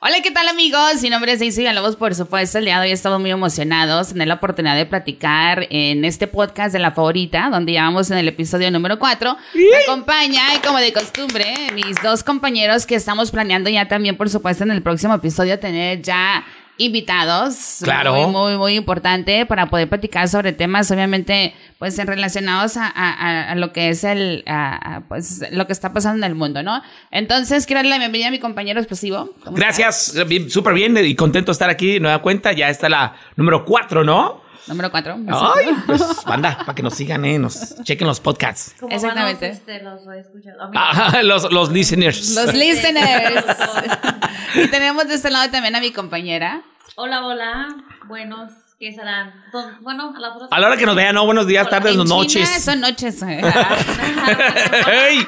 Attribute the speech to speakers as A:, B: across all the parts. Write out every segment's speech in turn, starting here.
A: Hola, ¿qué tal amigos? Mi nombre es Daisy Villalobos, por supuesto, el día de hoy estamos muy emocionados tener la oportunidad de platicar en este podcast de La Favorita, donde ya vamos en el episodio número 4. Me acompaña, y como de costumbre, mis dos compañeros que estamos planeando ya también, por supuesto, en el próximo episodio tener ya invitados.
B: Claro.
A: Muy, muy, muy importante para poder platicar sobre temas, obviamente, pues relacionados a, a- a- a lo que es el, a- a, pues, lo que está pasando en el mundo, ¿no? Entonces, quiero darle la bienvenida a mi compañero explosivo. ¿Cómo
B: Gracias, bien, súper bien y contento de estar aquí de nueva cuenta. Ya está la número cuatro, ¿no?
A: Número cuatro.
B: Ay, pues banda, para que nos sigan, eh, nos chequen los podcasts.
C: Como
A: Exactamente.
C: van los, este, los radioescuchas. Ah, mira.
B: Ah, los, los listeners.
A: Los listeners.
C: Sí.
A: y tenemos de este lado también a mi compañera.
C: Hola, hola. Buenos, ¿qué serán? Don- bueno, a las otras.
B: a la hora que nos vean, no, buenos días, tardes,
A: En China
B: noches.
A: son noches. ¿eh?
B: Ey,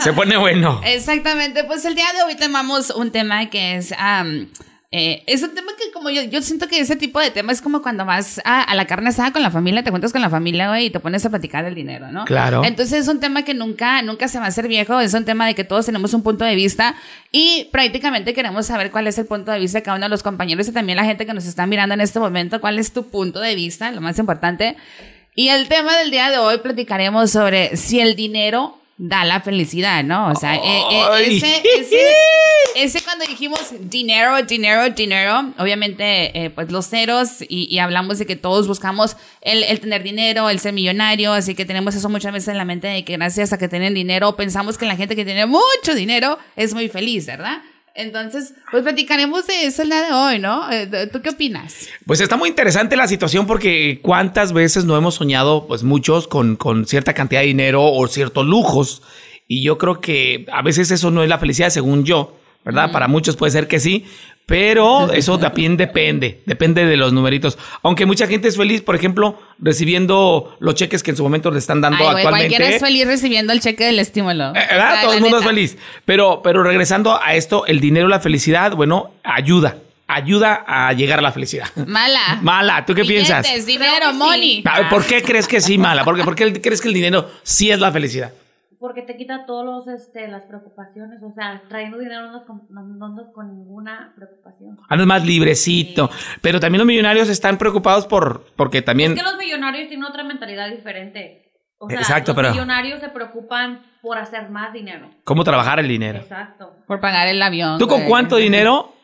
B: Se pone bueno.
A: Exactamente. Pues el día de hoy tomamos un tema que es... am, eh, es un tema que como yo, yo siento que ese tipo de tema es como cuando vas a, a la carne asada con la familia, te cuentas con la familia, güey, y te pones a platicar el dinero, ¿no?
B: Claro.
A: Entonces es un tema que nunca, nunca se va a hacer viejo, es un tema de que todos tenemos un punto de vista y prácticamente queremos saber cuál es el punto de vista de cada uno de los compañeros y también la gente que nos está mirando en este momento, cuál es tu punto de vista, lo más importante. Y el tema del día de hoy platicaremos sobre si el dinero da la felicidad, ¿no? O sea, eh, eh,
B: Ay.
A: ese, ese, ese cuando dijimos dinero, dinero, dinero, obviamente eh, pues los ceros y, y hablamos de que todos buscamos el, el tener dinero, el ser millonario, así que tenemos eso muchas veces en la mente de que gracias a que tienen dinero pensamos que la gente que tiene mucho dinero es muy feliz, ¿verdad? Entonces, pues platicaremos de eso el día de hoy, ¿no? Eh, ¿Tú qué opinas?
B: Pues está muy interesante la situación porque cuántas veces no hemos soñado, pues muchos, con, con cierta cantidad de dinero o ciertos lujos. Y yo creo que a veces eso no es la felicidad, según yo, ¿verdad? Para muchos puede ser que sí, pero eso también depende, depende de los numeritos. Aunque mucha gente es feliz, por ejemplo, recibiendo los cheques que en su momento le están dando
A: Ay, güey,
B: actualmente.
A: cualquiera es feliz recibiendo el cheque del estímulo.
B: Eh,
A: O
B: ¿verdad?
A: sea,
B: Todo el
A: la
B: mundo es
A: neta.
B: feliz. Pero, pero regresando a esto, el dinero, la felicidad, bueno, ayuda. Ayuda a llegar a la felicidad.
A: Mala.
B: Mala, ¿tú qué piensas?
A: Billetes, dinero,
C: Creo que sí.
A: money.
B: A ver, ¿Por qué crees que sí, mala? ¿Por qué, por qué crees que el dinero sí es la felicidad?
C: Porque te quita todos los, este, las preocupaciones. O sea, trayendo dinero no andas con, no- no andas con ninguna preocupación.
B: Andas Ah, más librecito. Pero también los millonarios están preocupados por porque también...
C: Es que los millonarios tienen otra mentalidad diferente. O sea,
B: Exacto,
C: los
B: pero-
C: millonarios se preocupan por hacer más dinero.
B: ¿Cómo trabajar el dinero?
C: Exacto.
A: Por pagar el avión.
B: ¿Tú con
A: güey.
B: cuánto dinero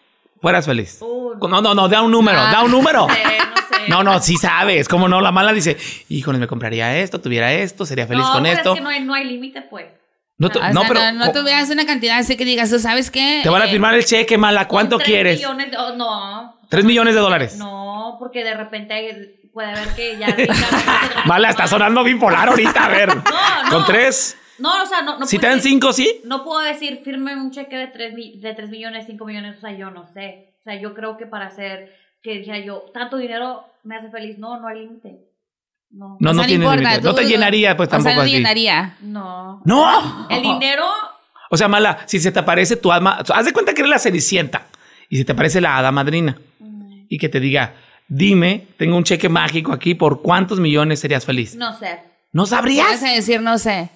B: fueras feliz?
C: Uh,
B: No, no, no, da un número,
A: Ah.
B: da un número.
C: sé, no sé.
B: No, no, sí sabes. Como no, la mala dice, híjole, me compraría esto, tuviera esto, sería feliz
C: No,
B: con
C: pues
B: esto.
C: Es que no hay, no hay límite, pues.
B: No, te-
A: O sea,
B: no, pero
A: no,
B: co-
A: tuvieras una cantidad así que digas, tú sabes qué.
B: te van a
A: Eh,
B: firmar el cheque, mala. ¿Cuánto
C: Con tres
B: quieres?
C: millones de- oh, no.
B: Tres millones de dólares.
C: No, porque de repente puede haber que ya. digan-
B: Mala, está sonando bipolar ahorita, a ver.
C: No, no.
B: Con tres.
C: No, o sea, no. no
B: si
C: puedo
B: te dan
C: decir-
B: cinco, sí.
C: No puedo decir, firme un cheque de 3, de tres millones, 5 millones, o sea, yo no sé. O sea, yo creo que para hacer, que dijera yo, tanto dinero me hace feliz. No, no hay límite. No.
B: No,
A: o sea,
B: no, tiene
A: importa,
B: límite. No
A: tú-
B: te llenaría, pues
A: o sea,
B: tampoco
A: no
B: así.
A: llenaría.
C: No.
B: No.
C: El dinero,
B: O sea, mala, si se te aparece tu alma, haz de cuenta que eres la cenicienta y se te aparece la hada madrina
C: mm,
B: y que te diga, dime, tengo un cheque mágico aquí, ¿por cuántos millones serías feliz?
C: no sé.
B: ¿No
A: Vas
B: sabrías?
A: a decir, no sé.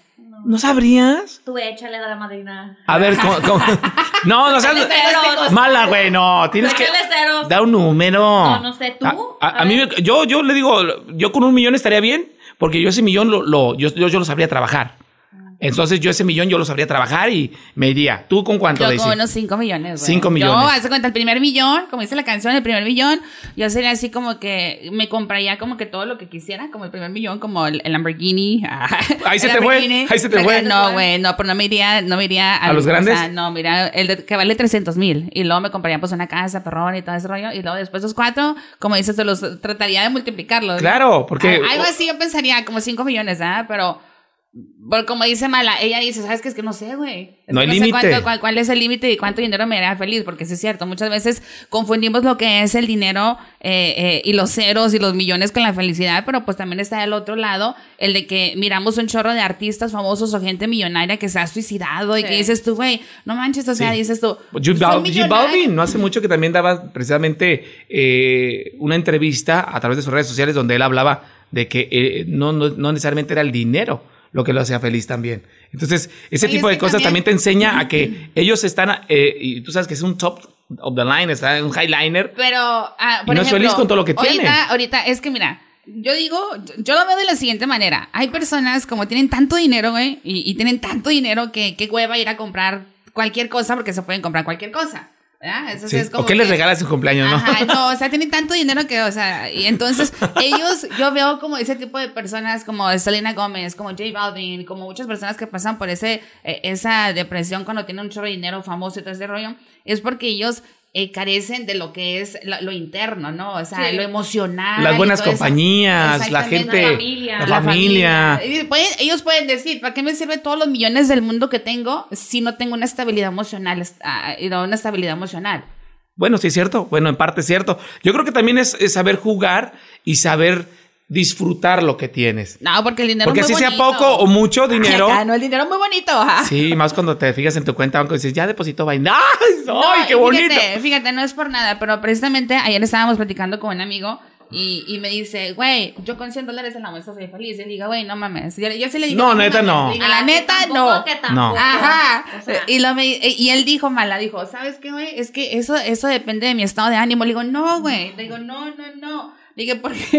B: ¿No sabrías?
C: Tú échale a la madrina.
B: A ver, ¿cómo- cómo? no, no sabes.
C: Ceros.
B: Mala, güey, no, tienes que
C: Échale ceros.
B: dar un número.
C: No, no sé, ¿tú?
B: A, a-
C: A
B: a mí,
C: ver.
B: me- yo, yo le digo, yo con un millón estaría bien, porque yo ese millón lo, lo- yo, yo, yo lo sabría trabajar. Entonces yo ese millón yo lo sabría trabajar y me diría, ¿tú con cuánto,
A: Yo como
B: Daisy?
A: unos 5 millones. güey.
B: Cinco millones.
A: Yo, haz de cuenta, el primer millón, como dice la canción, el primer millón, yo sería así como que me compraría como que todo lo que quisiera, como el primer millón, como el, el Lamborghini.
B: Ahí se
A: El
B: te fue,
A: Lamborghini.
B: ahí se te
A: La-
B: fue.
A: No, güey, no, pero no me iría, no me iría al-
B: los
A: o sea,
B: grandes?
A: no, mira, el de- que vale 300 mil. Y luego me compraría pues una casa, perrón y todo ese rollo. Y luego después los cuatro, como dices, te los trataría de multiplicarlos. ¿no?
B: Claro, porque
A: Al- Algo así yo pensaría, como 5 millones, ¿ah? Pero, pero como dice Mala, ella dice, ¿sabes qué? Es que no sé, güey. Es
B: No
A: que
B: hay
A: sé
B: límite.
A: cuánto- cuál, cuál es el límite y cuánto dinero me hará feliz? Porque sí es cierto, muchas veces confundimos lo que es el dinero eh, eh, y los ceros y los millones con la felicidad, pero pues también está el otro lado, el de que miramos un chorro de artistas famosos o gente millonaria que se ha suicidado y
C: Sí.
A: que dices tú, güey, no manches, o sea,
B: Sí.
A: dices tú. "Pues,
B: J
A: son
B: Bal- J
A: millonarios.
B: Balvin, no hace mucho que también daba precisamente eh, una entrevista a través de sus redes sociales donde él hablaba de que eh, no, no, no necesariamente era el dinero lo que lo hacía feliz también. Entonces, ese
A: Oye,
B: tipo
A: es
B: de
A: que
B: cosas
A: también-
B: también, te enseña a que ellos están, eh, y tú sabes que es un top of the line, está en un highliner.
A: Pero, ah,
B: Y
A: por
B: no es
A: ejemplo,
B: feliz con todo lo que
A: ahorita,
B: tiene.
A: Ahorita, es que mira, yo digo, yo lo veo de la siguiente manera. Hay personas como tienen tanto dinero, güey, y, y tienen tanto dinero que qué hueva ir a comprar cualquier cosa porque se pueden comprar cualquier cosa. ¿verdad? Entonces
B: Sí.
A: es como
B: ¿O qué les
A: que-
B: regalas en su cumpleaños, no?
A: Ajá, no, o sea, tienen tanto dinero que, o sea, y entonces ellos, yo veo como ese tipo de personas como Selena Gómez, como J Balvin, como muchas personas que pasan por ese, eh, esa depresión cuando tienen un chorro de dinero famoso y todo ese rollo, es porque ellos eh, carecen de lo que es la- lo, interno, ¿no? O sea,
C: Sí.
A: lo emocional.
B: Las
A: y
B: buenas
A: todo eso.
B: compañías, la
A: Exactamente.
B: gente,
C: La familia.
B: la
A: La
B: familia.
A: Y pueden- ellos pueden decir, ¿para qué me sirve todos los millones del mundo que tengo si no tengo una estabilidad emocional? est- ah, y no, una estabilidad emocional.
B: Bueno, sí es cierto. Bueno, en parte es cierto. Yo creo que también es, es saber jugar y saber disfrutar lo que tienes.
A: No, porque el dinero
B: Porque
A: es
B: así
A: muy
B: sea
A: bonito.
B: poco o mucho dinero.
A: Ay, acá, no, el dinero es muy bonito. ajá.
B: Sí, más cuando te fijas en tu cuenta de banco y dices, ya deposito vaina. ¡Ay,
A: No,
B: ay, qué
A: y
B: bonito!
A: Fíjate, fíjate, no es por nada, pero precisamente ayer estábamos platicando con un amigo y, y me dice, güey, yo con 100 dólares en la bolsa soy feliz. Y le digo, güey, no mames. Yo, yo sí le digo,
B: No, neta,
A: mames".
B: no.
A: A
C: Ah,
A: la neta, no.
B: No.
A: Ajá.
C: O sea,
A: y, lo me- eh, y él dijo mala, dijo, ¿sabes qué, güey? Es que eso, eso depende de mi estado de ánimo. Le digo, no, güey. Le digo, no, no, no. Le dije, porque si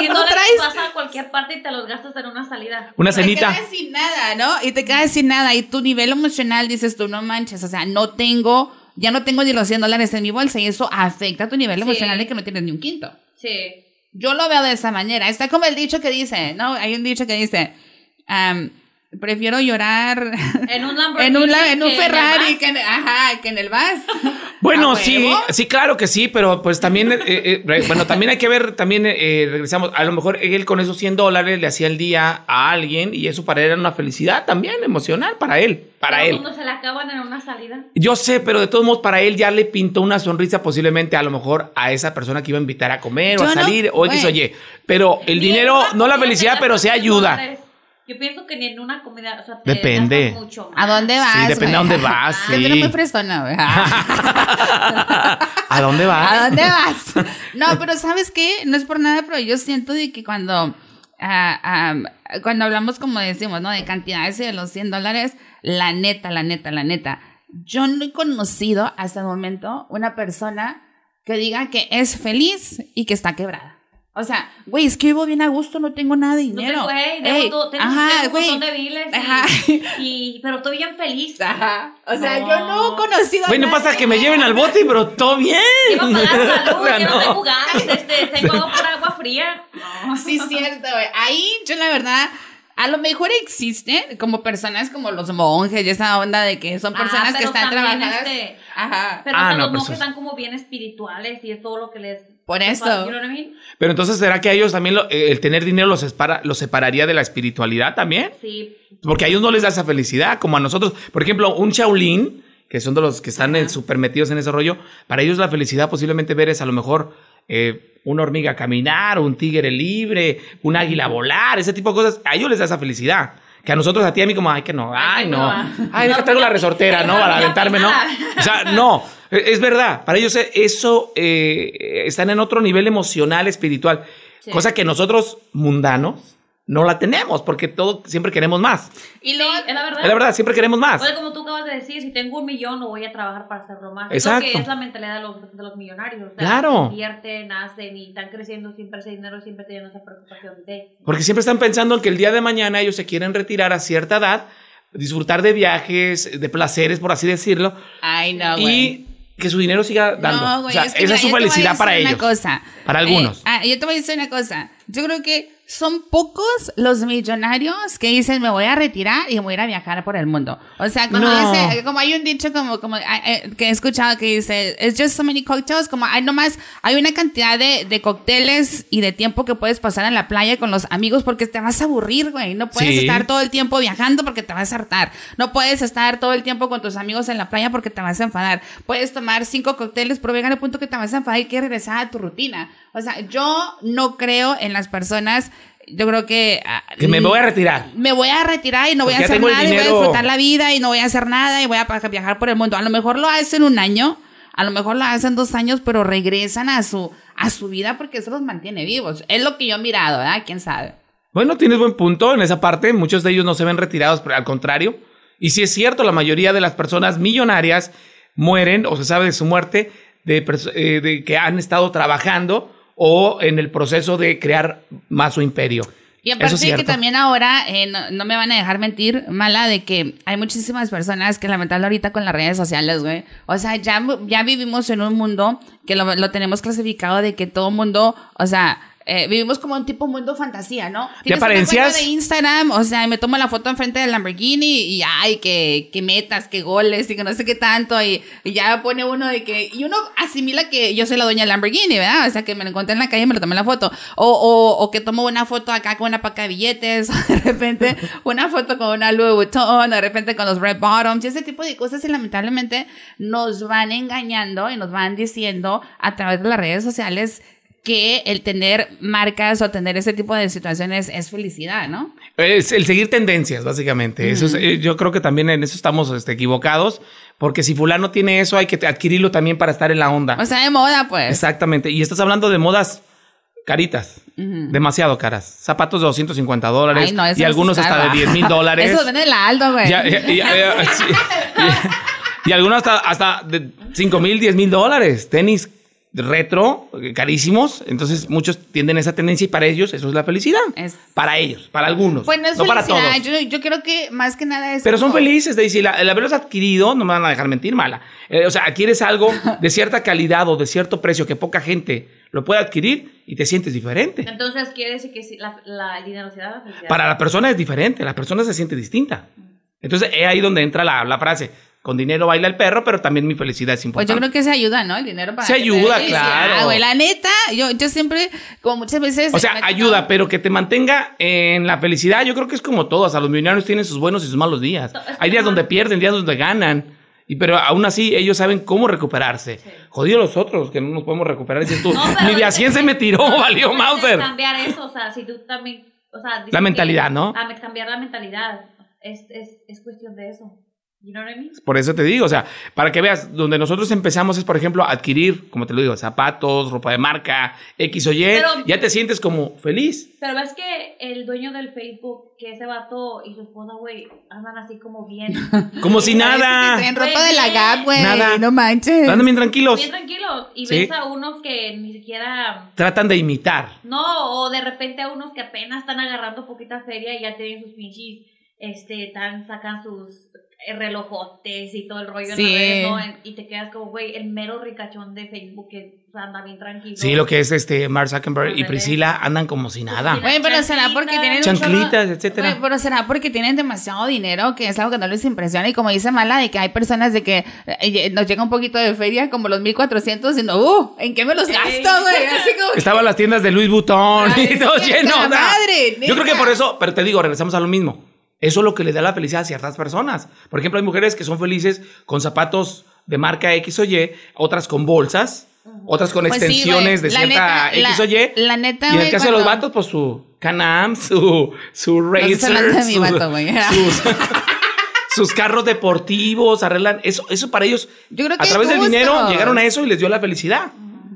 C: si
A: tú
C: no le
A: traes
C: vas a cualquier parte y te los gastas en una salida.
B: Una
A: Te
B: cenita.
A: quedas sin nada, ¿no? Y te quedas sin nada. Y tu nivel emocional dices tú, no manches, o sea, no tengo, ya no tengo ni los 100 dólares en mi bolsa. Y eso afecta tu nivel
C: Sí.
A: emocional de que no tienes ni un quinto.
C: Sí.
A: Yo lo veo de esa manera. Está como el dicho que dice, ¿no? Hay un dicho que dice, am, prefiero llorar
C: En un
A: en
C: Lamborghini.
A: un, la- en un
C: que
A: Ferrari
C: demás.
A: que en, ajá, que en el bus.
B: Bueno,
A: ¿A
B: sí,
A: huevo?
B: sí, claro que sí, pero pues también, eh, eh, re- bueno, también hay que ver, también eh, regresamos, a lo mejor él con esos 100 dólares le hacía el día a alguien y eso para él era una felicidad también emocional, para él, para
C: Todo el
B: él.
C: mundo se le acaban en una salida.
B: Yo sé, pero de todos modos para él ya le pintó una sonrisa posiblemente a lo mejor a esa persona que iba a invitar a comer o
A: Yo
B: a
A: no-
B: salir o X o
A: güey.
B: Y. Pero el
C: Ni
B: dinero,
C: en una
B: no la
C: comida
B: felicidad,
C: te
B: pero
C: gastas
B: sí ayuda.
C: $100. Yo pienso que ni en una comida, o sea, te
B: Depende.
C: gastas mucho.
A: ¿A dónde vas?
B: depende
A: güey?
B: a dónde vas,
A: Yo
B: sí.
A: creo muy frestona, güey.
B: ¿A dónde
A: ¿A
B: va?
A: dónde vas? No, pero ¿sabes qué? No es por nada, pero yo siento de que cuando, ah, ah, cuando hablamos, como decimos, ¿no? De cantidades y de los 100 dólares, la neta, la neta, la neta. Yo no he conocido hasta el momento una persona que diga que es feliz y que está quebrada. O sea, güey, es que vivo bien a gusto, no tengo nada de
C: No
A: dinero.
C: tengo, güey,
A: Ey,
C: tengo, todo- tengo,
A: ajá,
C: tengo un
A: güey.
C: montón de biles. y-
A: Ajá.
C: Y, pero estoy bien feliz.
A: Ajá. O sea, yo no he conocido a
B: Bueno,
A: nadie.
B: pasa que me lleven al bote, pero todo bien.
C: Quiero pagar salud,
B: O sea,
C: quiero
B: no.
C: tengo gas, este, tengo agua por agua fría. No.
A: Sí, es cierto, güey. Ahí yo la verdad, a lo mejor existen como personas como los monjes y esa onda de que son
C: Ah,
A: personas que
C: pero
A: están
C: también,
A: trabajadas.
C: este,
A: Ajá.
C: Pero
B: Ah,
C: o sea,
B: no,
C: los
B: pero
C: monjes
B: eso es-
C: están como bien espirituales y es todo lo que les...
A: Por eso.
C: You know what I mean?
B: Pero entonces, ¿será que a ellos también lo- eh, el tener dinero los, separa- los separaría de la espiritualidad también?
C: Sí.
B: Porque a ellos no les da esa felicidad, como a nosotros. Por ejemplo, un Shaolin, que son de los que están eh, súper metidos en ese rollo, para ellos la felicidad posiblemente ver es a lo mejor eh, una hormiga caminar, un tigre libre, un águila volar, ese tipo de cosas. A ellos les da esa felicidad. Que a nosotros, a ti y a mí, como, ay, que no, ay, no. Ay, deja traigo la resortera, ¿no? Para aventarme, ¿no? O sea, no. e- Es verdad. Para ellos eh, eso eh, eh, están en otro nivel emocional, espiritual.
C: Sí.
B: Cosa que nosotros, mundanos, no la tenemos, porque todo siempre queremos más.
A: Y
C: Sí, eh,
A: luego,
C: es la verdad.
B: Es la verdad, siempre queremos más.
C: O sea, como tú acabas de decir, si tengo un millón, no voy a trabajar para hacerlo más.
B: Exacto.
C: Lo que es la mentalidad de los, de los millonarios. O sea,
B: Claro.
C: Invierten, hacen y están creciendo siempre ese dinero, siempre teniendo esa preocupación de.
B: Porque siempre están pensando en que el día de mañana ellos se quieren retirar a cierta edad, disfrutar de viajes, de placeres, por así decirlo,
A: ay, no, güey.
B: y que su dinero siga dando.
A: Ah, No,
B: o
A: güey.
B: sea,
A: que
B: esa
A: mira,
B: es su
A: yo te voy a
B: felicidad
A: decir
B: para
A: una
B: ellos.
A: cosa.
B: para algunos.
A: Eh, ah, yo te voy a decir una cosa. Yo creo que son pocos los millonarios que dicen me voy a retirar y me voy a ir a viajar por el mundo. O sea, como
B: No.
A: dice, como hay un dicho como, como ah, eh, que he escuchado que dice, it's just so many cocktails, como hay nomás, hay una cantidad de, de cócteles y de tiempo que puedes pasar en la playa con los amigos porque te vas a aburrir, güey. No puedes
B: Sí.
A: estar todo el tiempo viajando porque te vas a hartar. No puedes estar todo el tiempo con tus amigos en la playa porque te vas a enfadar. Puedes tomar cinco cócteles, pero llegar al punto que te vas a enfadar y quieres regresar a tu rutina. O sea, yo no creo en las personas. Yo creo que. ah,
B: Que me voy a retirar.
A: Me voy a retirar y no voy a
B: Porque Pues ya
A: hacer
B: tengo el
A: nada y voy a
B: dinero.
A: disfrutar la vida y no voy a hacer nada y voy a pa- viajar por el mundo. A lo mejor lo hacen un año, a lo mejor lo hacen dos años, pero regresan a su, a su vida porque eso los mantiene vivos. Es lo que yo he mirado, ¿verdad? ¿Quién sabe?
B: Bueno, tienes buen punto en esa parte. Muchos de ellos no se ven retirados, pero al contrario. Y sí es cierto, la mayoría de las personas millonarias mueren o se sabe de su muerte de, pers- eh, de que han estado trabajando o en el proceso de crear más su imperio.
A: Y
B: Eso
A: aparte
B: es
A: que
B: cierto.
A: también ahora, eh, no, no me van a dejar mentir, mala, de que hay muchísimas personas que lamentablemente ahorita con las redes sociales, güey. O sea, ya, ya vivimos en un mundo que lo, lo tenemos clasificado de que todo mundo, o sea... eh, vivimos como un tipo mundo fantasía, ¿no? Tienes una
B: apariencias?
A: cuenta de Instagram, o sea, me tomo la foto enfrente del Lamborghini y ay, que, que metas, que goles y que no sé qué tanto y, y ya pone uno de que, y uno asimila que yo soy la dueña del Lamborghini, ¿verdad? O sea, que me lo encontré en la calle y me lo tomé la foto. O, o, o que tomo una foto acá con una paca de billetes, de repente una foto con una Louis Vuitton, de repente con los Red Bottoms y ese tipo de cosas y lamentablemente nos van engañando y nos van diciendo a través de las redes sociales que el tener marcas o tener ese tipo de situaciones es felicidad, ¿no?
B: Es el seguir tendencias, básicamente. Eso es, eh, yo creo que también en eso estamos este, equivocados, porque si fulano tiene eso, hay que adquirirlo también para estar en la onda.
A: O sea, de moda, pues.
B: Exactamente. Y estás hablando de modas caritas, demasiado caras. Zapatos de 250 dólares
A: Ay, no, eso
B: y
A: no
B: algunos
A: se
B: hasta de
A: usaba.
B: 10 mil dólares.
A: Eso depende de la Aldo, güey.
B: Ya- ya- ya- ya- sí. Y, y algunos hasta, hasta de 5 mil, 10 mil dólares. Tenis retro, eh, carísimos. Entonces muchos tienden esa tendencia y para ellos eso es la felicidad.
A: Es-
B: Para ellos, para algunos.
A: Pues no es
B: para
A: felicidad.
B: todos.
A: Yo, yo creo que más que nada es.
B: Pero son
A: como-
B: felices, de decir, el haberlos adquirido, no me van a dejar mentir, mala. Eh, o sea, adquieres algo de cierta calidad o de cierto precio que poca gente lo puede adquirir y te sientes diferente.
C: Entonces quiere decir que sí, la, la, el dinero se da la felicidad.
B: Para la persona es diferente, la persona se siente distinta. Entonces, es ahí donde entra la, la frase, con dinero baila el perro, pero también mi felicidad es
A: Pues
B: importante.
A: yo creo que se ayuda, ¿no? El dinero para.
B: Se
A: que te
B: ayuda,
A: dé felicidad,
B: claro.
A: güey. La neta, yo, yo siempre, como muchas veces.
B: o
C: Pues
B: sea,
A: me-
B: ayuda, pero que te mantenga en la felicidad, yo creo que es como todo. O sea, los millonarios tienen sus buenos y sus malos días.
C: No, es
B: Hay
C: que
B: días
C: no.
B: donde pierden, días donde ganan. Y, pero aún así, ellos saben cómo recuperarse. Jodido los otros, que no nos podemos recuperar. Dices tú,
C: No,
B: mi
C: pero
B: de a
C: ahorita-
B: 100 se me tiró, valió
C: Puedes
B: Mauser.
C: Cambiar eso, o sea, si tú también, o sea, dicen
B: La
C: que-
B: mentalidad, ¿no?
C: a me- cambiar la mentalidad es, es, es cuestión de eso. You know what I mean?
B: Por eso te digo, o sea, para que veas, donde nosotros empezamos es, por ejemplo, adquirir, como te lo digo, zapatos, ropa de marca, X o Y.
C: Pero-
B: ya te sientes como feliz.
C: Pero ves que el dueño del Facebook, que ese vato y su esposa, güey, andan así como bien.
B: Como si
A: Parece que
B: nada.
A: traen ropa de la Gap, güey.
B: Nada.
A: No manches.
B: Andan bien tranquilos.
C: Bien tranquilos. Y
B: Sí.
C: ves a unos que ni siquiera.
B: Tratan de imitar.
C: No, o de repente a unos que apenas están agarrando poquita feria y ya tienen sus pinches. Este, tan, sacan sus eh, relojotes y todo el rollo en
A: Sí.
C: las redes, ¿no? En- Y te quedas como, güey, el mero ricachón de Facebook que o sea, anda bien tranquilo.
B: Sí, lo que es este Mark Zuckerberg y
C: Ándale.
B: Priscila andan como si nada.
A: Güey, pero será porque tienen. un
B: Chanclitas,
A: chorro-
B: etcétera.
A: Güey, pero será porque tienen demasiado dinero, que es algo que no les impresiona. Y como dice Mala, de que hay personas de que eh, nos llega un poquito de feria, como los 1400, y no, uh, ¿en qué me los gasto,
C: Ey.
A: güey? Así como.
B: Estaban las tiendas de Louis Vuitton
A: Ay,
B: y todo
A: sí,
B: lleno.
A: la
B: o sea,
A: madre,
B: Yo creo que
A: neta.
B: por eso, pero te digo, regresamos a lo mismo. Eso es lo que le da la felicidad a ciertas personas. Por ejemplo, hay mujeres que son felices con zapatos de marca X o Y, otras con bolsas, otras con
A: Pues sí,
B: extensiones
A: güey.
B: de
A: La
B: cierta
A: neta,
B: X o Y.
A: la- la neta,
B: Y en el
A: güey,
B: caso de los
A: cuando-
B: vatos, pues su Can-Am, su, su Racer.
A: estás hablando de mi
B: su-
A: vato, güey.
B: sus, sus carros deportivos, arreglan. Eso, eso para ellos,
A: Yo creo
B: a
A: que
B: través del
A: gustos.
B: dinero, llegaron a eso y les dio la felicidad.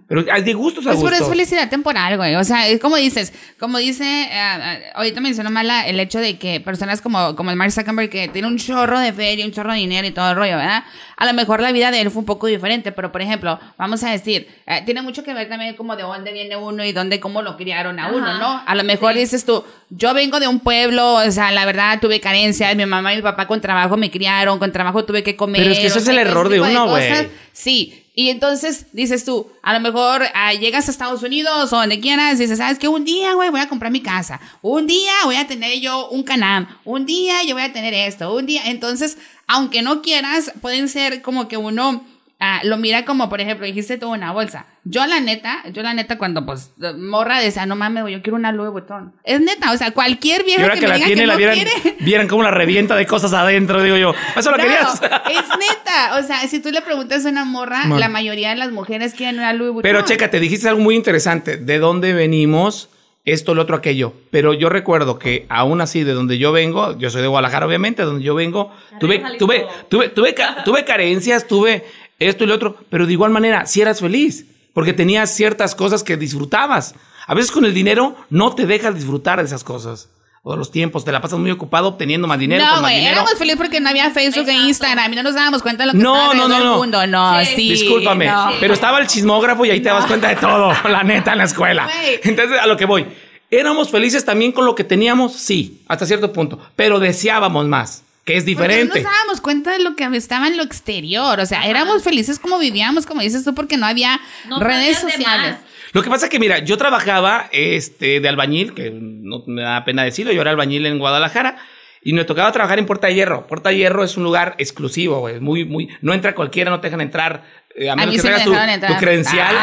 B: Pero hay de gustos a
A: Pues, pero es
B: gustos.
A: felicidad temporal, güey. O sea, es como dices, como dice, eh, eh, ahorita mencionó mala el hecho de que personas como, como el Mark Zuckerberg, que tiene un chorro de feria, un chorro de dinero y todo el rollo, ¿verdad? A lo mejor la vida de él fue un poco diferente, pero por ejemplo, vamos a decir, eh, tiene mucho que ver también como de dónde viene uno y dónde, cómo lo criaron a
C: Ajá.
A: uno, ¿no? A lo mejor dices tú, yo vengo de un pueblo, o sea, la verdad tuve carencias, mi mamá y mi papá con trabajo me criaron, con trabajo tuve que comer.
B: Pero es que eso
A: o
B: es
A: sea,
B: el
A: ese
B: error de
A: tipo
B: uno, güey.
A: cosas. Sí. Y entonces dices tú, a lo mejor ah, llegas a Estados Unidos o donde quieras y dices, ¿sabes qué? Un día, güey, voy a comprar mi casa. Un día voy a tener yo un canal. Un día yo voy a tener esto. Un día. Entonces, aunque no quieras, pueden ser como que uno ah, lo mira como, por ejemplo, dijiste tú una bolsa. Yo, la neta, yo, la neta, cuando pues morra decía, no mames, güey, yo quiero una Louis Vuitton. Es neta, o sea, cualquier
B: Y
A: vieja
B: ahora
A: que,
B: que,
A: me
B: la
A: diga
B: tiene,
A: que
B: la
A: no
B: vieran,
A: quiere.
B: vieran cómo la revienta de cosas adentro, digo yo. Eso lo
A: No,
B: querías.
A: es neta. O sea, si tú le preguntas a una morra,
B: Man.
A: la mayoría de las mujeres quieren una Louis Vuitton.
B: Pero chécate, dijiste algo muy interesante. ¿De dónde venimos? Esto, lo otro, aquello. Pero yo recuerdo que aún así, de donde yo vengo, yo soy de Guadalajara, obviamente, de donde yo vengo, tuve,
C: Jalisco.
B: tuve, tuve, tuve, ca- tuve carencias, tuve esto y lo otro, pero de igual manera, si eras feliz, porque tenías ciertas cosas que disfrutabas. A veces con el dinero no te dejas disfrutar de esas cosas. o los tiempos, te la pasas muy ocupado obteniendo más dinero.
A: no,
B: con más
A: güey,
B: dinero.
A: éramos felices porque no había Facebook e
C: Exacto.
A: Instagram y no nos dábamos cuenta de lo que
B: No,
A: estaba
B: no, no,
A: alrededor
B: no.
A: del mundo. No, sí.
C: Sí.
B: Discúlpame,
A: no.
B: pero estaba el chismógrafo y ahí te das cuenta de todo, la neta, en la escuela.
A: Güey.
B: Entonces, a lo que voy. ¿Éramos felices también con lo que teníamos? Sí, hasta cierto punto, pero deseábamos más, que es
A: Porque
B: diferente.
A: No nos dábamos cuenta de lo que estaba en lo exterior. O sea, éramos felices como vivíamos, como dices tú, porque no había
C: No
A: redes
C: sabías de
A: sociales.
C: más.
B: Lo que pasa que, mira, yo trabajaba este, de albañil, que no me da pena decirlo, yo era albañil en Guadalajara, y me tocaba trabajar en Puerta de Hierro. Puerta de Hierro es un lugar exclusivo, güey, muy, muy, no entra cualquiera, no te dejan entrar, eh, a menos
A: mí
B: que
A: sí me
B: traigas tu,
A: dejaron entrar. Ah.
B: tu credencial.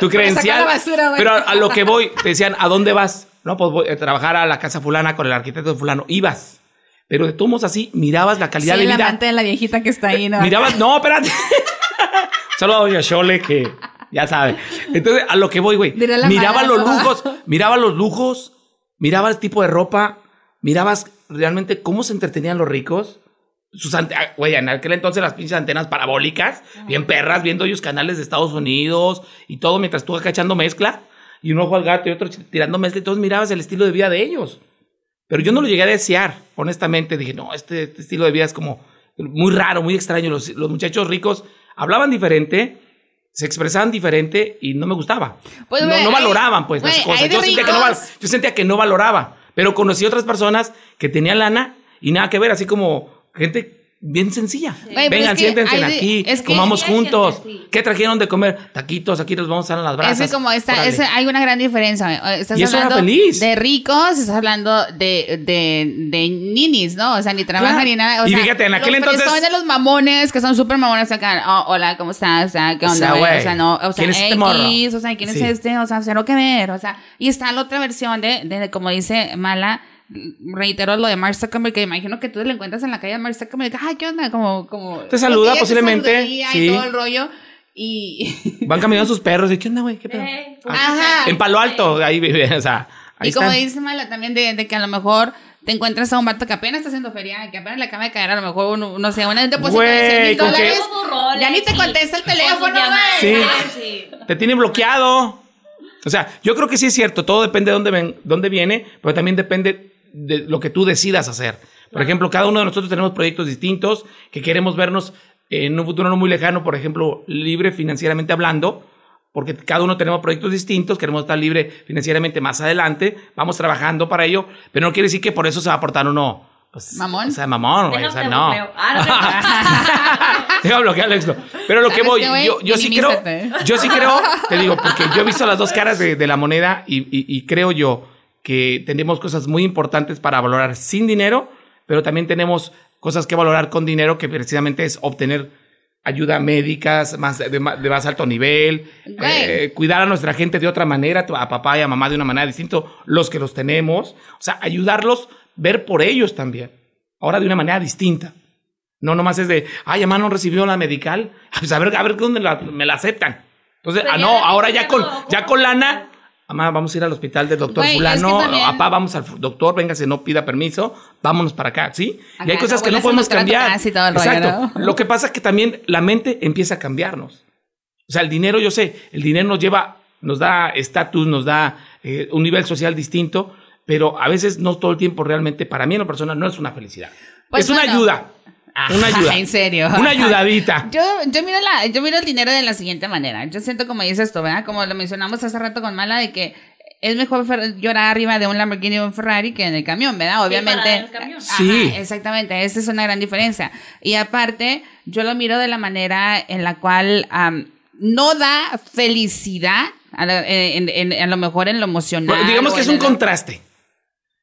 B: tu credencial.
A: la basura, güey.
B: Pero a, a lo que voy, te decían, ¿a dónde vas? No, pues voy a trabajar a la casa fulana con el arquitecto fulano. Ibas. Pero de todos modos así, mirabas la calidad
A: Sí,
B: de
A: el
B: vida.
A: amante de la viejita que está ahí, ¿no?
B: Mirabas, no, espérate. Solo a Doña Shole que ya sabe. Entonces, a lo que voy, güey.
A: Dirá la
B: Miraba
A: mala,
B: los
A: ¿no?
B: lujos, miraba los lujos, miraba el tipo de ropa, mirabas realmente cómo se entretenían los ricos. Sus ante- ah, güey, en aquel entonces las pinches antenas parabólicas, bien perras, viendo ellos canales de Estados Unidos y todo mientras tú acá echando mezcla y un ojo al gato y otro ch- tirando mezcla y todos mirabas el estilo de vida de ellos. Pero yo no lo llegué a desear, honestamente. Dije, no, este, este estilo de vida es como muy raro, muy extraño. Los, los muchachos ricos hablaban diferente, se expresaban diferente y no me gustaba.
A: Pues,
B: no,
A: güey,
B: no
A: hay-
B: valoraban, pues, las
A: güey, hay
B: cosas.
A: de
B: Yo sentía, que no, val-
A: ricos.
B: yo sentía que no valoraba. Pero conocí otras personas que tenían lana y nada que ver, así como gente bien sencilla.
A: Güey, pero
B: Vengan,
A: es que
B: siéntense
A: hay de-
B: aquí,
A: es que
B: comamos
C: sí hay gente
B: juntos.
C: así.
B: ¿Qué trajeron de comer? Taquitos, aquí los vamos a dar a las
A: Es
B: brasas.
A: que como esta,
B: Órale.
A: es- hay una gran diferencia. güey. Estás
B: Y eso era
A: hablando
B: feliz.
A: de ricos, estás hablando de, de, de ninis, ¿no? O sea, ni trabajan
B: Claro.
A: ni nada. O
B: Y
A: sea,
B: fíjate, en aquel
A: los
B: entonces-
A: Son de los mamones, que son súper mamones acá. Oh, hola, ¿cómo estás? O sea, ¿qué
B: O
A: onda,
B: sea,
A: güey?
B: güey,
A: O sea, no, o sea,
B: ¿quién es este
A: X,
B: morro?
A: o sea, ¿quién
B: Sí.
A: es este? O sea, cero que ver. O sea, y está la otra versión de, de, como dice Mala, reitero lo de Mark Zuckerberg, que imagino que tú le encuentras en la calle a Mark Zuckerberg, ay, ¿qué onda? Como, como...
B: Te saluda
A: ella
B: posiblemente,
A: saludaría
B: sí.
A: Y todo el rollo. Y...
B: Van caminando sus perros. y, ¿Qué onda, güey? ¿Qué pedo?
C: Eh,
B: Ah,
A: Ajá.
B: En Palo Alto, ahí vive, o sea, ahí
A: y como
B: están.
A: dice Mala también, de, de que a lo mejor te encuentras a un vato que apenas está haciendo feria, que apenas le acaba de caer, a lo mejor, un- no sé, una depósito de 100
B: Güey,
A: mil
B: ¿con qué?
A: dólares.
C: Con su Rolex,
A: Ya ni te
C: sí.
A: contesta el teléfono,
C: Con sus
A: güey.
C: llamadas,
B: Sí.
C: sí.
B: Te tiene bloqueado. O sea, yo creo que sí es cierto, todo depende de dónde, ven, dónde viene, pero también depende de lo que tú decidas hacer. Por ejemplo, cada uno de nosotros tenemos proyectos distintos que queremos vernos en un futuro no muy lejano, por ejemplo, libre financieramente hablando, porque cada uno tenemos proyectos distintos, queremos estar libre financieramente más adelante, vamos trabajando para ello, pero no quiere decir que por eso se va a aportar uno. Pues,
A: Mamón.
B: O sea, mamón, güey. O sea,
C: Déjame
B: no.
C: bloqueo. Ah, no, no.
B: Deja bloquearlo, Alex. no. Pero lo que
A: ¿Sabes
B: voy,
A: qué, güey?
B: yo, yo sí creo,
A: Minimízate.
B: yo sí creo, te digo, porque yo he visto las dos caras de, de la moneda y, y- y creo yo que tenemos cosas muy importantes para valorar sin dinero, pero también tenemos cosas que valorar con dinero, que precisamente es obtener ayuda médicas más de, ma- de más alto nivel,
A: Güey.
B: eh, cuidar a nuestra gente de otra manera, tu- a papá y a mamá de una manera distinta, los que los tenemos, o sea, ayudarlos, ver por ellos también, ahora de una manera distinta. No, nomás es de, ay, mamá no recibió la medical. Pues a ver, a ver dónde la- me la aceptan. Entonces,
C: Pero
B: ah,
C: ya
B: no,
C: la
B: ahora
C: gente
B: ya
C: ya
B: con,
C: no,
B: ya
C: ¿cómo?
B: con lana. Mamá, vamos a ir al hospital del doctor
A: Güey, es que
B: fulano.
A: también-
B: Papá, vamos al fu- doctor, véngase, no pida permiso. Vámonos para acá, ¿sí? y
A: Acá,
B: hay cosas
A: no
B: que no
A: vuelvas al
B: podemos
A: doctor a tu
B: cambiar.
A: casa y todo el rollo,
B: Exacto.
A: ¿no?
B: Lo que pasa es que también la mente empieza a cambiarnos. O sea, el dinero, yo sé, el dinero nos lleva, nos da estatus, nos da eh, un nivel social distinto, pero a veces no todo el tiempo realmente, para mí en lo personal, no es una felicidad.
A: Pues
B: es una
A: bueno. Ah,
B: ayuda. Una ayuda.
A: en serio.
B: Una ayudadita.
A: Yo, yo, miro la, yo miro el dinero de la siguiente manera. Yo siento como dices tú, ¿verdad? Como lo mencionamos hace rato con Mala, de que es mejor fer- llorar arriba de un Lamborghini o un Ferrari que en el camión, ¿verdad? Obviamente. eh,
C: parada en el camión.
A: Ajá,
B: Sí.
A: exactamente. Esa es una gran diferencia. Y aparte, yo lo miro de la manera en la cual am, no da felicidad, a, la- eh, en- en- en- a lo mejor en lo emocional.
B: Bueno, digamos
A: o
B: que es
A: en
B: un
A: el-
B: contraste.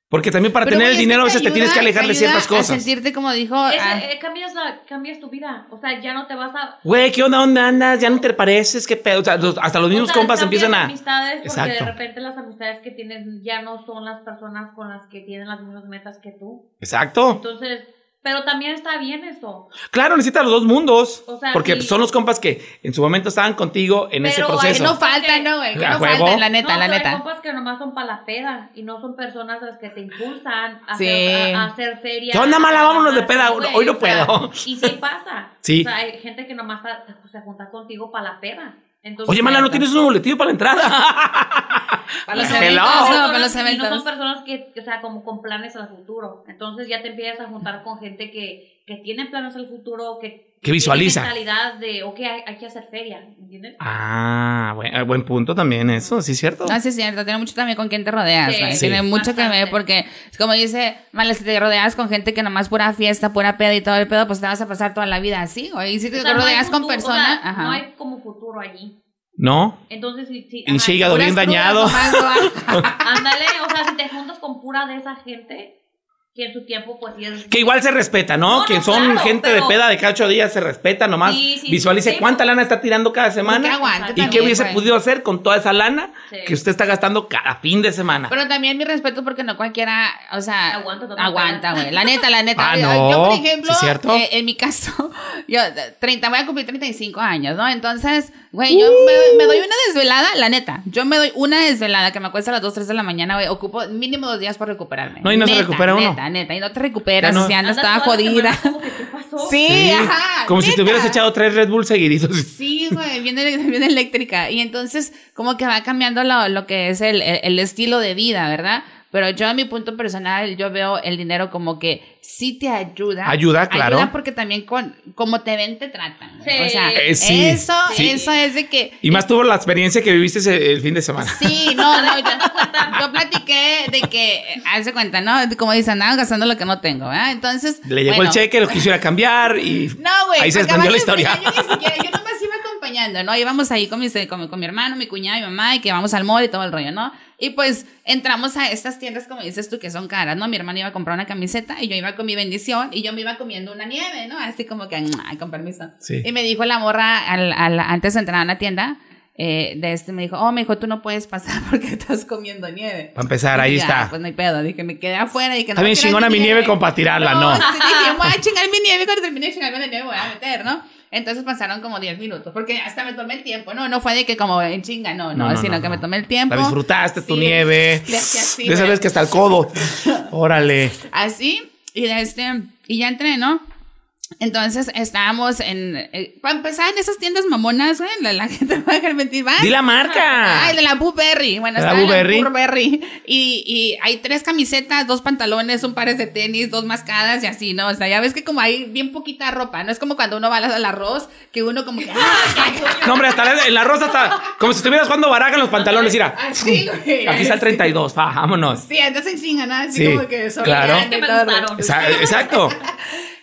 B: Porque también para
A: Pero, güey,
B: tener el
A: es que
B: dinero a veces te tienes
A: ayuda-
B: que alejar de
A: ayuda
B: ciertas
A: A
B: cosas.
A: sentirte como dijo.
C: Es-
A: ah,
C: eh, cambias, la, cambias tu vida. O sea, ya no te vas a.
B: Güey, ¿qué onda? ¿Dónde andas? Ya no te pareces, qué pedo. O sea, los- hasta los
C: o
B: mismos
C: sea,
B: compas
C: cambias
B: empiezan a.
C: amistades porque
B: Exacto.
C: de repente las amistades que tienes ya no son las personas con las que tienen las mismas metas que tú.
B: Exacto.
C: Entonces, pero también está bien eso.
B: Claro, necesitas los dos mundos.
C: O sea,
B: porque
C: sí.
B: son los compas que en su momento estaban contigo en
C: Pero
B: ese
C: hay-
A: que
B: proceso.
A: no falta,
C: Porque-
A: ¿no? güey? Que
B: ¿A
A: no
B: huevo?
A: falta, la neta,
C: No,
A: la
C: pero
A: neta.
C: Hay compas que nomás son para la peda y no son personas las que te impulsan a,
A: Sí.
C: hacer, a- a hacer feria.
B: ¿Qué onda, mala?
C: a
B: Vámonos de
C: tomar,
B: peda.
C: güey,
B: Hoy no
C: o sea,
B: puedo.
C: Y sí pasa.
B: Sí.
C: O sea, hay gente que nomás pa- se junta contigo para la peda. Entonces,
B: Oye, mala, ¿no tienes un boletillo para la entrada?
A: Para los
B: Hello.
A: eventos, no, para los
C: personas- y no son
A: eventos.
C: personas que, o sea, como con planes al futuro. Entonces ya te empiezas a juntar con gente que, que tiene planes al futuro, que,
B: Que visualiza.
C: Tiene mentalidad de, ok, hay, hay que hacer feria, ¿entiendes?
B: Ah, buen, eh, buen punto también eso, sí, cierto.
A: Ah, sí, es cierto. Tiene mucho también con quién te rodeas.
C: Sí.
A: ¿no?
C: Sí.
A: Tiene mucho que ver
C: Bastante.
A: porque, es como dice Mala, si te rodeas con gente que nomás pura fiesta, pura peda y todo el pedo, pues te vas a pasar toda la vida así. güey. Y si te
C: O sea, no hay
A: rodeas con
C: futuro, o sea,
A: personas. ajá.
C: no hay como futuro allí.
B: ¿No?
C: Entonces, si, si-
B: Y
C: ajá,
B: si hígado
A: Puras
B: bien
A: crudas
B: dañado.
A: nomás, ¿no?
C: ándale, o sea, si te juntas con pura de esa gente, que en su tiempo, pues sí es.
B: Que igual se respeta, ¿no?
C: No,
B: que
C: no,
B: son
C: claro,
B: gente
C: pero-
B: de peda de cada ocho días, se respeta nomás.
C: Sí, sí,
B: visualice
C: sí, sí.
B: cuánta lana está tirando cada
A: Que
B: semana.
A: aguante
C: Y
B: ¿Y
A: también,
B: qué hubiese
A: güey.
B: podido hacer con toda esa lana
C: Sí.
B: que usted está gastando cada fin de semana?
A: Pero también mi respeto porque no cualquiera, o sea,
C: Aguanta, toma
A: aguanta,
C: pena.
A: güey. La neta, la neta.
B: Ah,
A: yo,
B: no.
A: yo, por ejemplo,
B: Sí, cierto.
A: eh, en mi caso, yo eh, 30, voy a cumplir 35 años, ¿no? Entonces, güey, yo
B: Uh.
A: me, me doy una desvelada, la neta. Yo me doy una desvelada que me acuesta a las 2, 3 de la mañana, güey. Ocupo mínimo dos días para recuperarme.
B: No, y no se
A: Neta,
B: recupera uno.
A: Neta, neta. Y no te recuperas,
B: Ya no.
A: o sea,
C: Andas
A: andas toda
C: toda la semana
A: jodida.
C: como que, ¿Qué pasó?
A: Sí,
B: Sí,
A: ajá.
B: Como si te
A: neta.
B: hubieras echado tres Red Bull seguiditos.
A: Sí, güey, bien, ele- bien eléctrica. Y entonces, como que va cambiando lo, lo que es el, el- el estilo de vida, ¿verdad? Pero yo, a mi punto personal, yo veo el dinero como que sí te ayuda.
B: Ayuda, claro.
A: Ayuda porque también con, como te ven, te tratan. güey.
C: Sí.
A: O sea,
B: Eh, sí,
A: eso,
B: sí.
A: eso es de que.
B: Y más tuvo la experiencia que viviste ese- el fin de semana.
A: Sí, no, no, yo, yo platiqué de que, eh, hace cuenta, ¿no? Como dicen, nada, gastando lo que no tengo, ¿verdad? Entonces.
B: Le llegó
A: bueno.
B: el cheque, lo quisiera cambiar y
A: No, güey.
B: ahí se
A: acababa
B: expandió la
A: de
B: historia.
A: fregar, Yo ni siquiera, yo nomás iba acompañando, ¿no? Íbamos ahí con mi, con, con mi hermano, mi cuñada, mi mamá, y que vamos al mall y todo el rollo, ¿no? Y pues entramos a estas tiendas, como dices tú, que son caras, ¿no? Mi hermano iba a comprar una camiseta y yo iba con mi bendición y yo me iba comiendo una nieve, ¿no? Así como que, "Mua", con permiso.
B: Sí.
A: Y me dijo la morra, al, al- antes de entrar a una tienda, eh, de este me dijo, oh, me dijo, tú no puedes pasar porque estás comiendo nieve.
B: Para empezar, ahí
A: Y ya,
B: está.
A: Pues no hay pedo, dije, me quedé afuera y que
B: Está
A: no
B: bien
A: quiero
B: chingona mi nieve como para tirarla, no.
A: sí, dije, voy a chingar mi nieve cuando termine de chingarme la nieve voy a meter, ¿no? Entonces pasaron como 10 minutos, porque hasta me tomé el tiempo, no, no fue de que como en chinga, no, no,
B: No, no,
A: sino
B: no,
A: que
B: no.
A: me tomé el tiempo.
B: La disfrutaste, tu
A: Sí,
B: nieve.
A: le hacía así,
B: de esa
A: güey.
B: vez que hasta el codo. Órale.
A: Así, y de este, y ya entré, ¿no? Entonces estábamos en, eh, para empezar en esas tiendas mamonas, güey, la, la gente me va a dejar mentir, va.
B: Di la marca.
A: Ay, de la Burberry. Bueno,
B: Ah. ¿De la
A: está la
B: Burberry?
A: Burberry. Y, y hay tres camisetas, dos pantalones, un pares de tenis, dos mascadas y así, ¿no? O sea, ya ves que como hay bien poquita ropa, ¿no? Es como cuando uno va al, al arroz, que uno como que... ¡ah!
B: No, hombre, hasta la, en la rosa está como si estuvieras jugando baraja en los pantalones. Mira,
A: Así, güey.
B: aquí está el 32. Va, vámonos.
A: Sí, entonces sin ganas, así
B: Sí,
A: como que... sobre-
B: claro.
C: Es que me gustaron.
B: Esa- Exacto.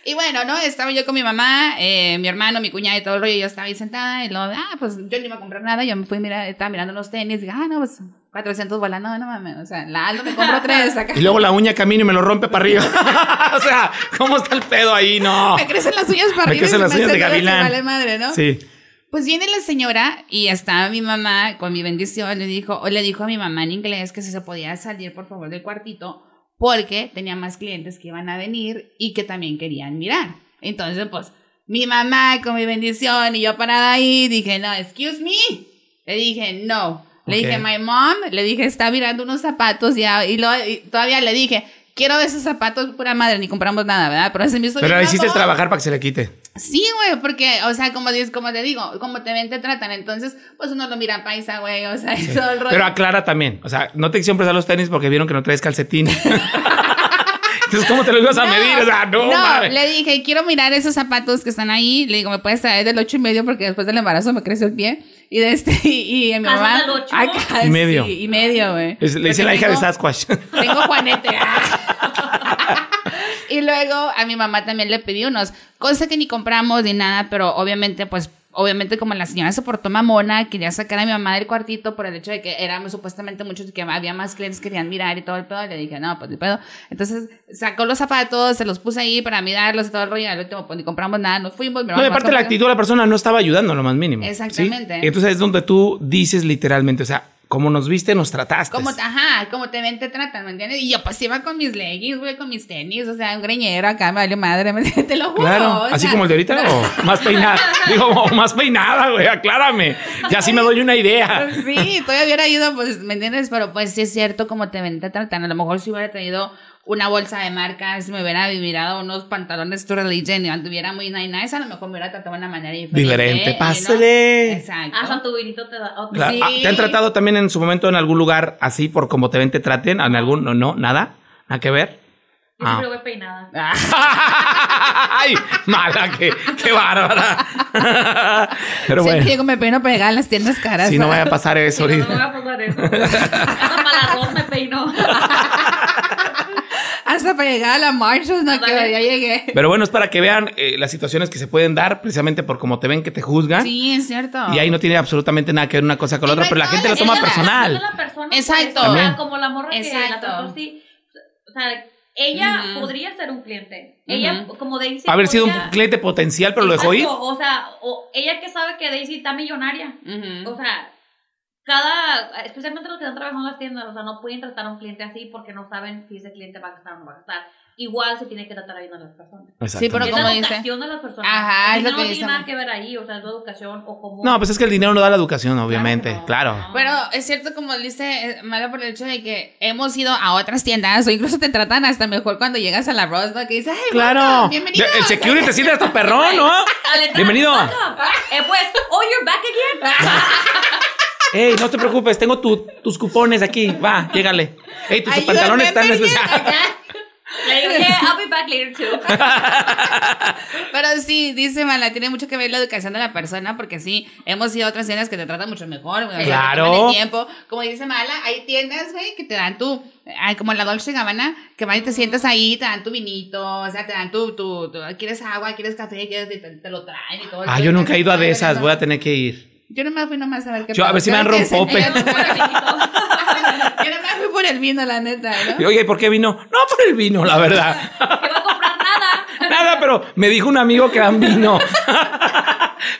A: Y bueno, ¿no? Estaba yo con mi mamá, eh, mi hermano, mi cuñada y todo el rollo. y Yo estaba ahí sentada y luego, ah, pues yo no iba a comprar nada. Yo me fui, mira, estaba mirando los tenis. Dije, ah, no, pues 400 bolas. No, no mames. O sea, la Aldo me compró tres acá.
B: Y luego la uña camino y me lo rompe para arriba. o sea, ¿cómo está el pedo ahí? No.
A: Me crecen las uñas para
B: Me
A: arriba. y
B: crecen
A: se
B: las uñas
A: hacen
B: de
A: todas
B: gavilán.
A: iguales madre, ¿no?
B: Sí.
A: Pues viene la señora y estaba mi mamá con mi bendición. Le dijo, o le dijo a mi mamá en inglés que si se podía salir, por favor, del cuartito, porque tenía más clientes que iban a venir y que también querían mirar. Entonces, pues, mi mamá con mi bendición y yo parada ahí, dije, no, excuse me. Le dije, no. Le
B: Ok.
A: dije, my mom, le dije, está mirando unos zapatos ya, y, lo- y todavía le dije, quiero esos zapatos, pura madre, ni compramos nada, ¿verdad? Pero se me hizo
B: Pero
A: bien
B: la hiciste
A: mamón.
B: trabajar para que se le quite.
A: Sí, güey, porque, o sea, como, dices- como te digo, como te ven, te tratan. Entonces, pues uno lo mira paisa, güey, o sea, y todo el rollo.
B: Pero aclara también. O sea, no te quisieron prestar los tenis porque vieron que no traes calcetín. Entonces, ¿cómo te los ibas a medir? O sea, no, madre.
A: le dije, quiero mirar esos zapatos que están ahí. Le digo, ¿me puedes traer del ocho y medio? Porque después del embarazo me crece el pie. Y de este, y, y mi
C: ¿Calzas
A: mamá.
C: del ocho?
A: Ay, cal-
B: Y medio.
A: sí, y medio, güey.
B: Es- Le hice la
A: Porque
B: hija de
A: tengo-
B: Sasquatch.
A: Tengo Juanete. ah. y luego a mi mamá también le pedí unos, cosa que ni compramos ni nada, pero obviamente, pues, obviamente como la señora se portó mamona, quería sacar a mi mamá del cuartito por el hecho de que éramos supuestamente muchos, que había más clientes que querían mirar y todo el pedo, y le dije, no, pues, el pedo. Entonces sacó los zapatos, se los puse ahí para mirarlos y todo el rollo, y al último, pues, ni compramos nada, nos fuimos. mi
B: No,
A: mamá
B: y
A: nomás
B: aparte la
A: compró-
B: actitud de la persona no estaba ayudando lo más mínimo. ¿sí?
A: Exactamente.
B: Entonces es donde tú dices literalmente, o sea, como nos viste, nos trataste.
A: Como, ah, ajá, como te ven, te tratan, ¿me entiendes? Y yo pues iba con mis leggings, güey, con mis tenis, o sea, un greñero acá, me valió madre, me- te lo juro.
B: Claro,
A: o
B: así
A: sea,
B: como el de ahorita, o más peinada. Digo, o más peinada, güey, aclárame. Ya así me doy una idea.
A: Sí, todavía hubiera ido, pues, ¿me entiendes? Pero pues sí es cierto como te ven, te tratan. A lo mejor si hubiera traído una bolsa de marcas, me hubiera mirado unos pantalones True Religion y anduviera muy nice, nice, a lo mejor me hubiera tratado de una manera diferente.
B: Diferente,
A: ¿no?
B: pásele.
A: Exacto.
C: Hasta tu vinito te da. o-
B: Claro.
A: Sí.
B: Ah, ¿Te han tratado también en su momento en algún lugar así por como te ven, te traten? ¿En algún? No, no nada. ¿Nada que ver?
C: Yo siempre voy peinada.
A: Ah,
B: ¡Ay! Mala, qué, qué bárbara.
A: siempre
B: Pero bueno,
A: digo, me peino pegar en las tiendas caras.
B: si no vaya a pasar
C: Sí,
B: eso
C: no, no me
B: ahorita.
C: voy a pasar eso. Hasta para el arroz me peinó.
A: Hasta para llegar a la Marshalls, no, que
C: Ándale.
A: ya llegué.
B: Pero bueno, es para que vean eh, las situaciones que se pueden dar precisamente por cómo te ven que te juzgan.
A: Sí, es cierto.
B: ¿Ah? Y ahí no tiene absolutamente nada que ver una cosa con la
A: Y no
B: otra,
A: hay
B: pero la gente lo
A: todas las
B: toma
A: reglas,
B: personal.
C: La persona, pues,
A: Exacto.
C: o sea,
B: También.
C: como la morra que la
A: Exacto.
C: trató así. O sea, ella
A: Ujú.
C: podría ser un cliente. Ella, como Daisy.
B: Haber sido un
C: podría-
B: cliente potencial, pero lo dejó ir.
C: Exacto, O sea, o ella que sabe que Daisy está millonaria.
A: Ujú.
C: O sea, cada. Especialmente los que están trabajando en las tiendas, o sea, no pueden tratar a un cliente así porque no saben si ese cliente va a gastar o no va a gastar. Igual se tiene que tratar bien a las personas.
A: Sí, pero
C: es
A: como
C: la
A: dice.
C: educación de las personas.
A: Ajá,
C: El
A: es lo
C: dinero
A: que
C: no
A: dice
C: tiene nada
A: Mar.
C: que ver ahí, o sea, es la educación o cómo.
B: No, pues es que el dinero no da la educación, obviamente.
C: no,
B: Claro.
C: no.
A: Pero es cierto, como dice eh, Mala, por el hecho de que hemos ido a otras tiendas o incluso te tratan hasta mejor cuando llegas a la Rosna que dices, ay,
B: Claro.
A: welcome, bienvenido.
B: El security te siente hasta perrón, ¿no?
C: A la entrada,
B: Bienvenido.
C: welcome. Eh, pues, oh, you're back again.
B: Ey, no te preocupes, tengo tu- tus cupones aquí. Va, llégale. Ey, tus
A: Ayúdame,
B: pantalones están
A: Mergen.
B: especial.
C: Le digo, yeah, I'll be back later too.
A: Pero sí, dice Mala, tiene mucho que ver la educación de la persona porque sí, hemos ido a otras tiendas que te tratan mucho mejor. güey, o sea, te
B: Claro.
A: toman el tiempo. Como dice Mala, hay tiendas, güey, que te dan tu, ay, como la Dolce Gabbana, que van y te sientas ahí, te dan tu vinito, o sea, te dan tu, tu, tu- quieres agua, quieres café, quieres, te, te lo traen y todo.
B: Ah, yo nunca he ido a de esas, voy a tener que ir.
A: Yo nomás fui nomás a ver qué
B: Yo, a
A: pedo.
B: ver si me dan
A: Creo que sí.
B: rompope.
A: Yo nomás fui por el vino, la neta,
B: Y,
A: ¿no?
B: Oye, ¿y ¿por qué vino? No por el vino, la verdad.
C: Que va a comprar nada.
B: Nada, pero me dijo un amigo que dan vino.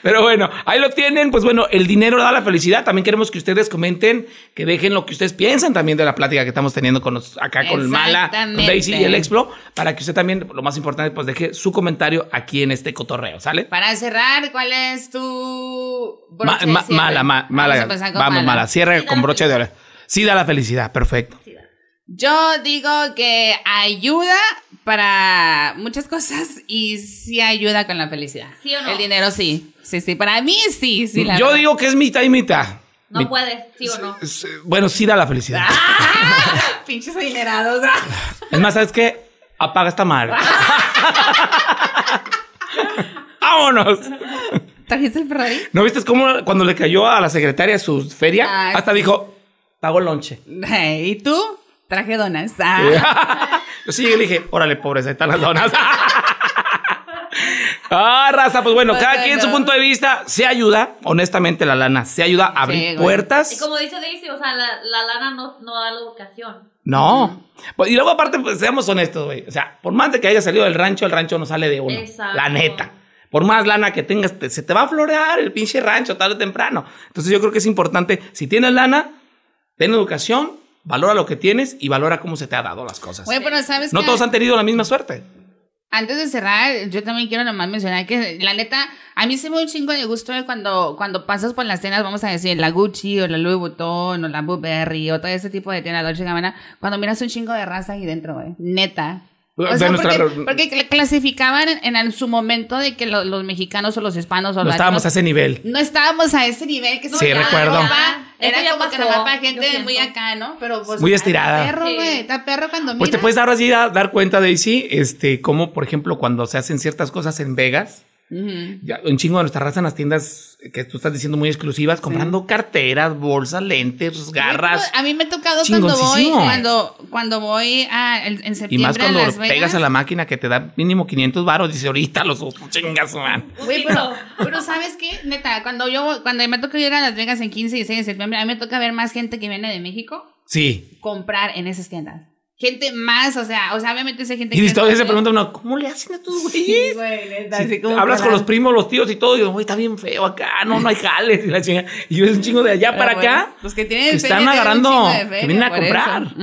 B: Pero bueno, ahí lo tienen. Pues bueno, el dinero da la felicidad. También queremos que ustedes comenten, que dejen lo que ustedes piensan también de la plática que estamos teniendo con los- acá con Mala, con
A: Exactamente.
B: Daisy y el Explo, para que usted también, lo más importante, pues deje su comentario aquí en este cotorreo, ¿sale?
A: Para cerrar, ¿cuál es tu
B: Ma-
A: broche de
B: ma-
A: cierre?
B: mala, ma- mala.
A: Vamos a
B: Vamos,
A: empezar con
B: mala. Cierra
C: Sí, da
B: con
C: la
B: broche de oro. Sí da la felicidad, perfecto.
C: Sí, dale.
A: Yo digo que ayuda para muchas cosas y sí ayuda con la felicidad.
C: ¿Sí o no?
A: El dinero sí. Sí, sí. Para mí sí, sí. la
B: Yo
A: verdad.
B: digo que es mitad y mitad. Mi-
C: No puedes, sí o no.
B: S- Bueno, sí da la felicidad.
A: Ah. Pinches adinerados.
B: Es más, ¿sabes qué? Apaga esta madre. ¡Vámonos!
A: ¿Trajiste el Ferrari?
B: ¿No viste cómo cuando le cayó a la secretaria su feria?
A: Ah,
B: hasta dijo, pago lonche.
A: Ay, ¿Y tú? Traje donas. Ah.
B: Yo Eh, sí llegué y le dije, órale, pobreza, ahí están las donas. Ah, raza, pues bueno,
A: Pues
B: cada quien
A: bueno.
B: su punto de vista se ayuda, honestamente la lana, se ayuda a abrir
A: güey.
B: puertas.
C: Y como dice Daisy, o sea, la, la lana no, no da la educación.
B: No. Pues, Y luego, aparte, pues, seamos honestos, güey. O sea, por más de que haya salido del rancho, el rancho no sale de uno.
C: Exacto.
B: La neta. Por más lana que tengas, te- se te va a florear el pinche rancho tarde o temprano. Entonces, yo creo que es importante, si tienes lana, ten educación, valora lo que tienes y valora cómo se te ha dado las cosas.
A: Güey, pero ¿sabes
B: no
A: qué?
B: todos han tenido la misma suerte.
A: Antes de cerrar, yo también quiero nomás mencionar que la neta, a mí se me da un chingo de gusto de cuando, cuando pasas por las tiendas, vamos a decir, la Gucci o la Louis Vuitton o la Burberry o todo ese tipo de tiendas Dolce Gabbana, cuando miras un chingo de raza ahí dentro, güey, neta. O
B: De
A: sea,
B: nuestra-
A: porque, porque cl- clasificaban en, en su momento de que lo- los mexicanos o los hispanos o
B: No
A: los
B: estábamos a ese nivel.
A: no estábamos a ese nivel que
B: Sí,
A: ya,
B: recuerdo.
A: papá,
C: Eso
A: Era
C: ya
A: como que
C: pasó,
A: nomás para
C: yo
A: gente muy
C: siento.
A: acá, ¿no? Pero pues,
B: Muy
A: ay,
B: estirada.
A: Está perro,
C: Sí.
A: güey. Está perro cuando
B: Pues te
A: miras.
B: puedes dar así a dar cuenta, Daisy, este, como por ejemplo cuando se hacen ciertas cosas en Vegas,
A: Ujú.
B: ya, un chingo de nuestra raza en las tiendas que tú estás diciendo muy exclusivas, comprando carteras, bolsas, lentes, garras.
A: pues, A mí me ha tocado cuando voy,
B: Chingoncísimo.
A: cuando, cuando voy a, el- en
B: Y
A: septiembre
B: más cuando
A: a Las Vegas.
B: pegas a la máquina que te da mínimo 500 varos, dice ahorita los chingas, man.
A: Güey, pero, pero ¿sabes qué? Neta, cuando yo voy- cuando me toca ir a Las Vegas en 15 y 16 de septiembre, a mí me toca ver más gente que viene de México
B: Sí.
A: comprar en esas tiendas. Gente más, o sea, o sea, obviamente esa gente
B: Y
A: que-
B: todavía se pregunta uno, ¿cómo le hacen a estos
A: Sí,
B: güeyes?
A: güey, neta,
B: Sí,
A: así como
B: hablas
A: que
B: con
A: la-
B: los primos, los tíos y todo, y digo, güey, está bien feo acá, no, no hay jales. Y, la chinga- y yo es un chingo de allá para
A: Pero,
B: acá.
A: pues, los que tienen
B: que
A: feria
B: están
A: tienen un
B: agarrando,
A: chingo de
B: que vienen a
A: por eso.
B: comprar.
A: Ujú,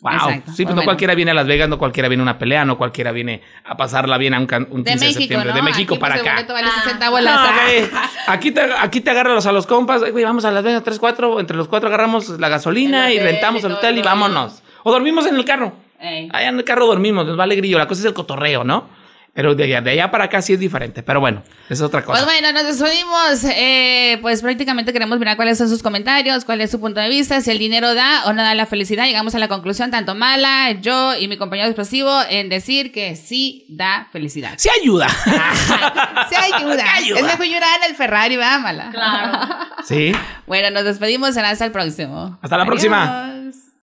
B: Wow,
A: exacto,
B: sí, pues, no
A: bueno.
B: cualquiera viene a Las Vegas, no cualquiera viene a una pelea, no cualquiera viene a pasarla bien a un, can- un
A: De
B: 15 de,
A: México,
B: septiembre,
A: ¿no?
B: de México
A: Aquí,
B: para
A: pues, el
B: acá.
A: boleto vale
C: Ah.
A: 60 bolas.
B: No,
A: Ah.
B: güey. Aquí te, aquí te agarran a los compas. "Ay, güey, vamos a Las Vegas 3, 4. Entre los cuatro agarramos la gasolina
A: El
B: y
A: hotel
B: rentamos
A: y
B: el
A: todo,
B: hotel y
A: todo.
B: vámonos. O dormimos en el carro.
A: Ey.
B: Allá en el carro dormimos, nos vale grillo. La cosa es el cotorreo, ¿no? Pero de allá, de allá para acá sí es diferente. Pero bueno, esa es otra cosa.
A: Pues bueno, nos despedimos. Eh, pues prácticamente queremos mirar cuáles son sus comentarios, cuál es su punto de vista, si el dinero da o no da la felicidad. Llegamos a la conclusión, tanto Mala, yo y mi compañero expresivo, en decir que sí da felicidad.
B: Sí ayuda.
A: Se ayuda.
B: Ayuda.
A: Es mejor llorar en el Ferrari, va, Mala.
C: Claro.
B: sí.
A: Bueno, nos despedimos será hasta el próximo.
B: Hasta la próxima.
A: Adiós.